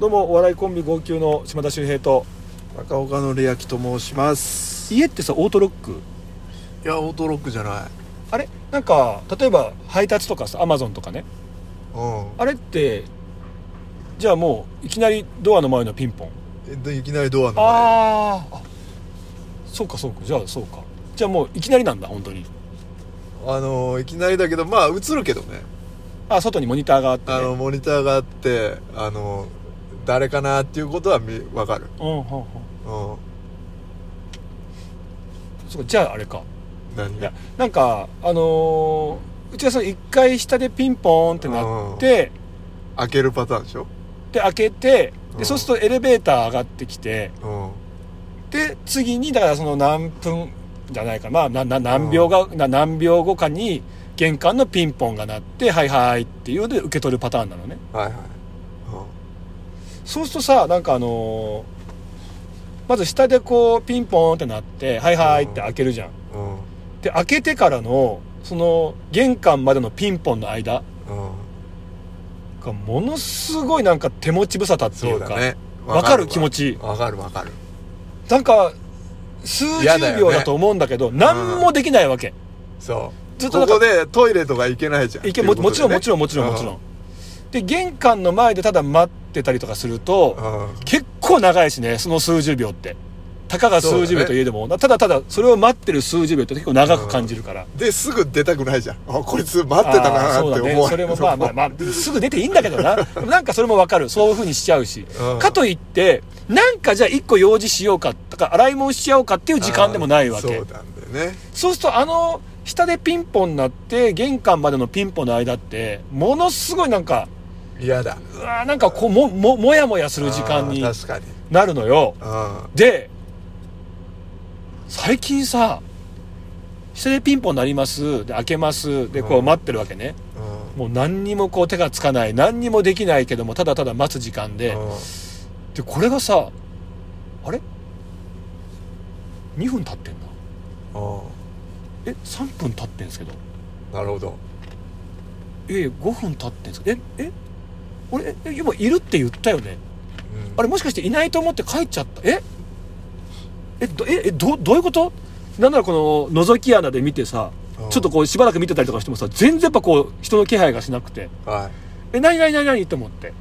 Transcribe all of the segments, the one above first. どうもお笑いコンビ号泣の島田秀平と赤岡のレアキと申しますい家ってさオートロックやオートロックじゃないあれなんか例えば配達とかさアマゾンとかねうんあれってじゃあもういきなりドアの前のピンポンえでいきなりドアの前あーあそうかそうかじゃあそうかじゃあもういきなりなんだ本当にあのいきなりだけどまあ映るけどねあ外にモニターがあってね、あのモニターがあってあの誰かなっていうことは見分かるうんうんうんうんそうかじゃああれか何いやなんかあのーうちはその1階下でピンポーンってなって、開けるパターンでしょで開けてうでんそうするとエレベーター上がってきてうで次にだからその何分じゃないかまあなな何秒が、な何秒後かに玄関のピンポンが鳴って「はいはい」っていうので受け取るパターンなのねんはいはい、そうするとさなんかあのーまず下でこうピンポンってなって「はいはい」って開けるじゃん、うんうんで開けてからのその玄関までのピンポンの間うんがものすごいなんか手持ち無沙汰っていそううかだねわかる気持ちわかるわかるなんか数嫌だよ十秒ねだと思うんだけど何もできないわけ、そうずっとなこんかこでトイレとか行けないじゃんいけももちろんもちろんもちろんもちろん、で玄関の前でただ待ってたりとかすると、ん、うん結構長いしねその数十秒ってたかが数十秒といえども、ただただそれを待ってる数十秒って結構長く感じるから、ですぐ出たくないじゃんあこいつ待ってたかなあーってそ思うだわれねるそれもまあまあまあすぐ出ていいんだけど なでもなんかそれもわかるそういうふうにしちゃうし、うんかといってなんかじゃあ一個用事しようかとか洗い物しちゃおうかっていう時間でもないわけそうなんだよねそうするとあの下でピンポンになって玄関までのピンポンの間ってものすごいなんか嫌だうわーなんかこうもももやもやする時間にあー確かになるのよあで最近さ下でピンポン鳴りますで開けますでこううん待ってるわけね、ーうんもう何にもこう手がつかない何にもできないけどもただただ待つ時間で、うんでこれがさあれ2分経ってんなうえ3分経ってんすけどんなるほどいやいや5分経ってんすけどええ俺ええ今いるって言ったよねあれれもしかしていないと思って帰っちゃったええどええどどういうことなんならこの覗き穴で見てさうんちょっとこうしばらく見てたりとかしてもさ全然やっぱこう人の気配がしなくてはいえ何何何何と思ってう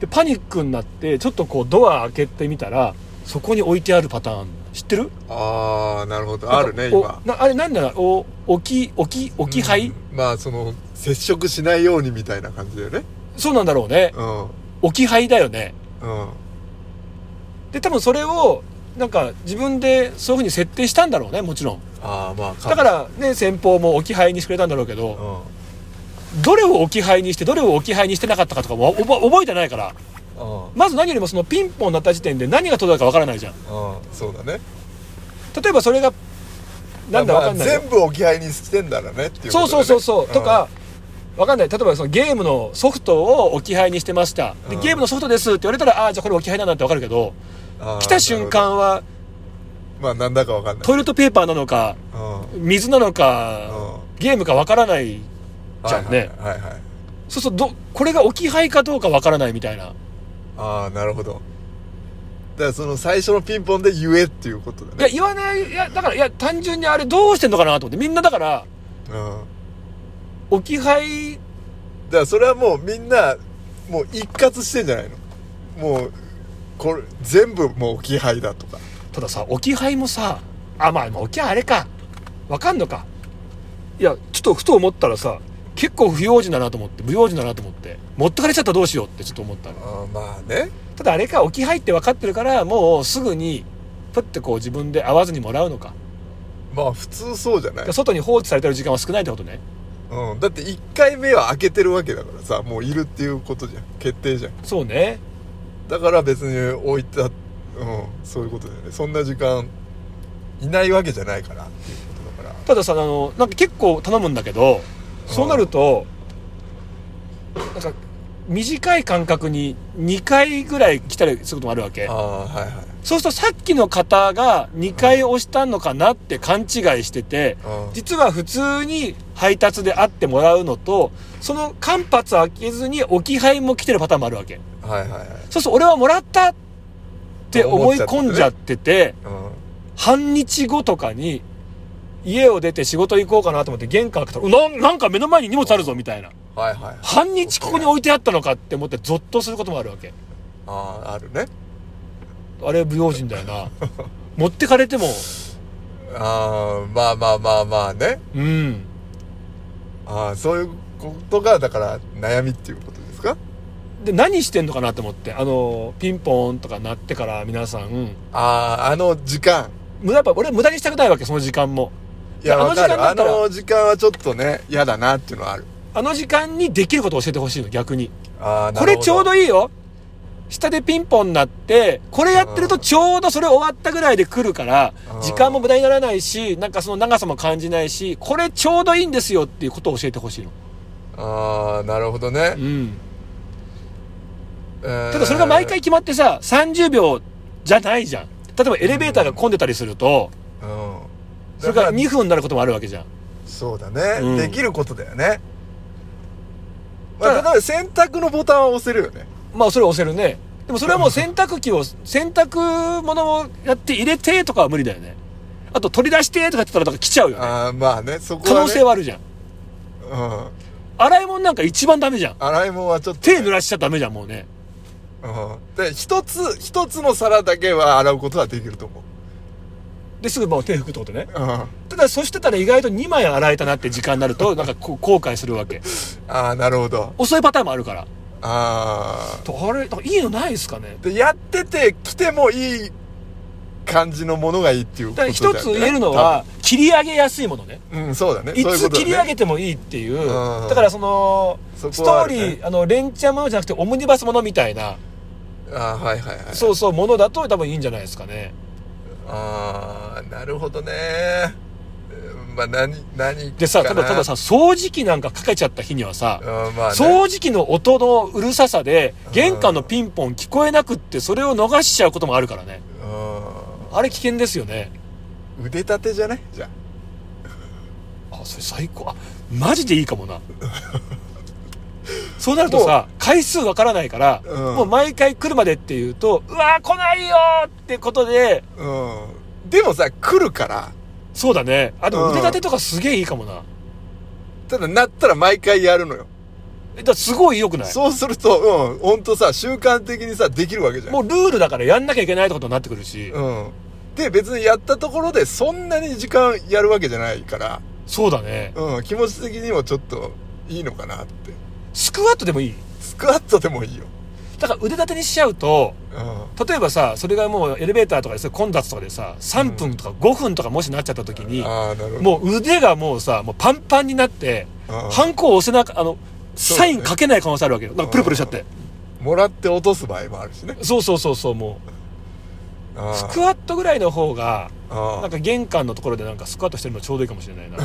でパニックになってちょっとこうドア開けてみたらそこに置いてあるパターン知ってるんああなるほどあるねなん今かおなあれなんだろうお置き置き置き配、うんまあその接触しないようにみたいな感じだよねそうなんだろうねうん置き配だよねうんで多分それをなんか自分でそういうふうに設定したんだろうねもちろんああまあだからね先方も置き配にしてくれたんだろうけうどんあどれを置き配にしてどれを置き配にしてなかったかとかも覚覚えてないからあまず何よりもそのピンポン鳴った時点で何が届くかわからないじゃんそうだね例えばそれがなんだまわあかんないよ全部置き配にしてんだらねっていうことだそようねそうそうそう、とかわかんない例えばそのゲームのソフトを置き配にしてましたでうんゲームのソフトですって言われたらああーじゃあこれ置き配なんだってわかるけどあー来た瞬なる間はほどまあなんだかわかんないトイレットペーパーなのかうん水なのかうゲームかわからないじゃんね、はいはいはいはいそうそうどこれが置き配かどうかわからないみたいなああなるほどだからその最初のピンポンで言えっていうこといやだね言わないいやだからいや単純にあれどうしてんのかなと思ってみんなだからうん置き配だからそれはもうみんなもう一括してんじゃないのもうこれ全部もう置き配だとかたださ置き配もさあまあ置き配あれかわかんのかいやちょっとふと思ったらさ結構不用心だなと思って無用心だなと思って持ってかれちゃったらどうしようってちょっと思ったのあーまあねただあれか置き配って分かってるからもうすぐにプッてこう自分で会わずにもらうのかまあ普通そうじゃない、外に放置されてる時間は少ないってことねうん、だって1回目は開けてるわけだからさもういるっていうことじゃん決定じゃんそうねだから別に置いた、うん、そういうことだよねそんな時間いないわけじゃないからっていうことだかたださあのなんか結構頼むんだけどそうなるとなんか短い間隔に2回ぐらい来たりすることもあるわけらああはいはいそうするとさっきの方が2回押したのかなって勘違いしててうん実は普通に「配達で会ってもらうのと、その間髪開けずに置き配も来てるパターンもあるわけ。はいはいはいそうそう、俺はもらったって思い込んじゃってて、うん半日後とかに、家を出て仕事行こうかなと思って玄関開けたら、なんなんか目の前に荷物あるぞみたいな。はいはいはい半日ここに置いてあったのかって思ってゾッとすることもあるわけ。あああるねあれ、不用心だよな。持ってかれても、ああまあまあまあまあねうん。ああそういうことがだから悩みっていうことですかで、何してんのかなと思って、あの、ピンポーンとか鳴ってから皆さん、あああの時間無駄、やっぱ俺無駄にしたくないわけ、その時間も。いやあのわか時間るだっあたらの時間はちょっとね嫌だなっていうのはあるあの時間にできることを教えてほしいの、逆に。ああなこるれほちょうどいいよ。下でピンポンなって、これやってるとちょうどそれ終わったぐらいで来るからう、ん時間も無駄にならないし、なんかその長さも感じないし、これちょうどいいんですよっていうことを教えてほしいの。ああなるほどねうん。たただそれが毎回決まってさ、30秒じゃないじゃん。例えばエレベーターが混んでたりすると、うんそれがだから2分になることもあるわけじゃん。そうだね、うんできることだよね、まあ、例たえだば洗濯のボタンは押せるよねまあそれは押せるね。でもそれはもう洗濯機を、洗濯物をやって入れてとかは無理だよね。あと取り出してとかやってたらなんか来ちゃうよね。ああまあねそこ可は、ね、能性はあるじゃん。は、洗い物なんか一番ダメじゃんう。ん、洗い物はちょっとね、手濡らしちゃダメじゃん、もうね。うん、で一つ一つの皿だけは洗うことはできると思うで、すぐもう手拭くってことね。うんあただ、そしてたら意外と2枚洗えたなって時間になる と、なんかこう後悔するわけ。あなるほど遅いパターンもあるから。あとあれ、なんかいいのないですかねあでやってて来てもいい感じのものがいいっていうこだとかだらよね一つ言えるのは、切り上げやすいものね。多分うんそうだねいそういうつこと切り上だねげてもいいっていう。うんだからその、そスこトはあーるリねー、あの、連チャンものじゃなくてオムニバスものみたいな、ああはいはいはいそうそう、ものだと多分いいんじゃないですかね。ああなるほどねうんまあ何何でさ、かたなだたださ、掃除機なんかかけちゃった日にはさ、うんまあね掃除機の音のうるささで、玄関のピンポン聞こえなくって、それを逃しちゃうこともあるからね。うあれ危険ですよね。ん腕立てじゃないじゃあ、それ最高。あ、マジでいいかも な。そうなるとさ、回数わからないから、うんもう毎回来るまでっていうと、うわー来ないよーってことで、あうんでもさ来るからそうだね。あ、でもうん腕立てとかすげえいいかもな。ただなったら毎回やるのよえだからすごい良くないそうするとうん本当さ習慣的にさできるわけじゃんもうルールだからやんなきゃいけないってことになってくるし、うんで別にやったところでそんなに時間やるわけじゃないから、そうだね。うん、気持ち的にもちょっといいのかなってスクワットでもいい。スクワットでもいいよ、だから腕立てにしちゃうと、うん、例えばさそれがもうエレベーターとかでさ混雑とかでさ3分とか5分とかもしなっちゃった時に、ああなるほどもう腕がもうさもうパンパンになって、うんハンコを押せなかあのそうサだねインかけない可能性あるわけよなんかプルプルしちゃって、もらって落とす場合もあるしねそうそうそうそうもうスあクワットぐらいの方があなんか玄関のところでなんかスクワットしてるのちょうどいいかもしれないな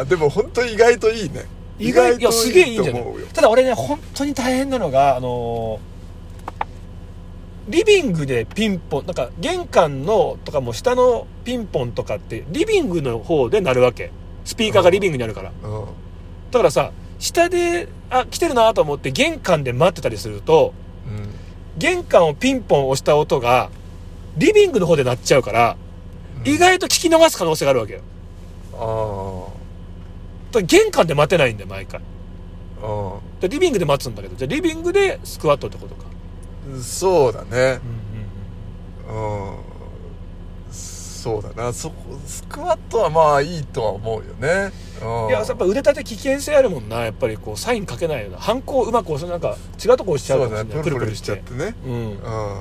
あでも本当意外といいね意外いやすげえいいんじゃとない思うよただ俺ね本当に大変なのがあのーリビングでピンポンなんか玄関のとかも下のピンポンとかってリビングの方で鳴るわけスピーカーがリビングにあるからうんだからさ下であ来てるなと思って玄関で待ってたりするとうん玄関をピンポン押した音がリビングの方で鳴っちゃうから意外と聞き逃す可能性があるわけよあだから玄関で待てないんで毎回あでリビングで待つんだけどじゃあリビングでスクワットってことかうんそうだねうんうんうんそうだなそこスクワットはまあいいとは思うよねうんいややっぱ腕立て危険性あるもんなやっぱりこうサインかけないようなハンコをうまく押すなんか違うとこ押しちゃうそかうもしれだねないプルプルしちゃってねうんうん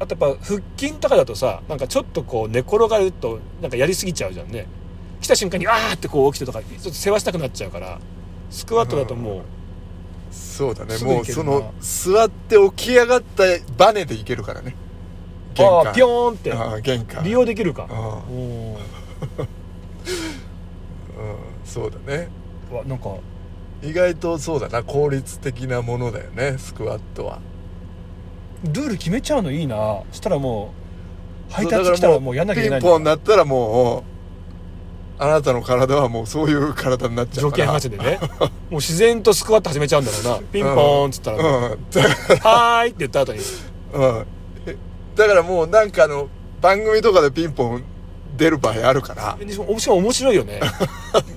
あとやっぱ腹筋とかだとさなんかちょっとこう寝転がるとなんかやりすぎちゃうじゃんね来た瞬間にあーってこう起きてとかちょっと世話したくなっちゃうからスクワットだともう、そうだねすぐも行うけそるなの座って起き上がったバネでいけるからね玄ああ関ーピョーンってああ玄関利用できるかああおーうんそうだねうわなんか意外とそうだな効率的なものだよねスクワットはルール決めちゃうのいいなそしたらもう配そう達だ来かたもらうもうやんなきゃいけないんピだンからポンになったらもあなたの体はもうそういう体になっちゃ条うから件反射でねもう自然とスクワット始めちゃうんだろうなピンポーンっつったら「うんだかはーい」って言った後にら、うん、えだからもうなんかあの番組とかでピンポン出る場合あるからでしかもしかも面白いよね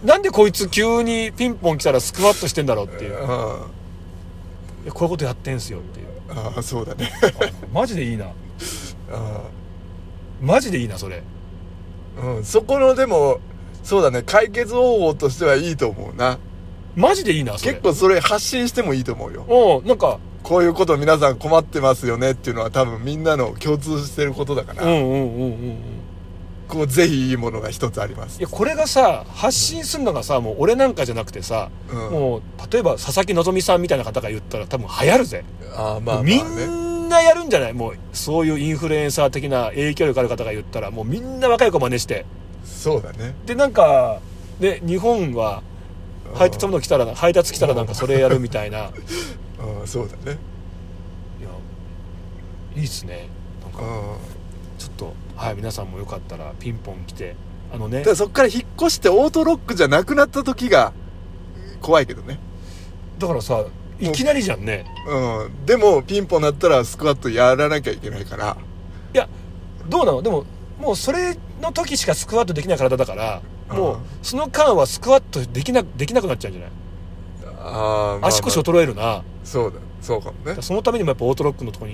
なんでこいつ急にピンポン来たらスクワットしてんだろうっていううんいあやこういうことやってんすよっていうあそうだねあマジでいいなあマジでいいなそれあうんそこのでもそうだね解決方法としてはいいと思うなマジでいいなそれ結構それ発信してもいいと思うよ構うんなんかこういうこと皆さん困ってますよねっていうのは多分みんなの共通してることだから、うんうんうんうんうんこうぜひいいものが一つありますいやこれがさ発信するのがさもう俺なんかじゃなくてさ、うんもう例えば佐々木希さんみたいな方が言ったら多分流行るぜ、ああまあまあねみんなやるんじゃないもうそういうインフルエンサー的な影響力ある方が言ったらもうみんな若い子真似してそうだねでなんかで日本は配達物来たら配達来たらなんかそれやるみたいないやうんそうだねいいっすねなんかうちょっとはい皆さんもよかったらピンポン来てあのねんでそっから引っ越してオートロックじゃなくなった時が怖いけどねだからさいきなりじゃんねうんでもピンポンなったらスクワットやらなきゃいけないからいやどうなのでももうそれの時しかスクワットできない体だからもううんその間はスクワットできなできなくなっちゃうんじゃないああ、足腰衰えるな、そうだそうかもねだからそのためにもやっぱオートロックのとこに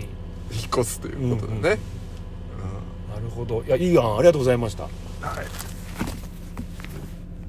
引っ越すということでね、なるほどいやいい案ありがとうございましたうんはい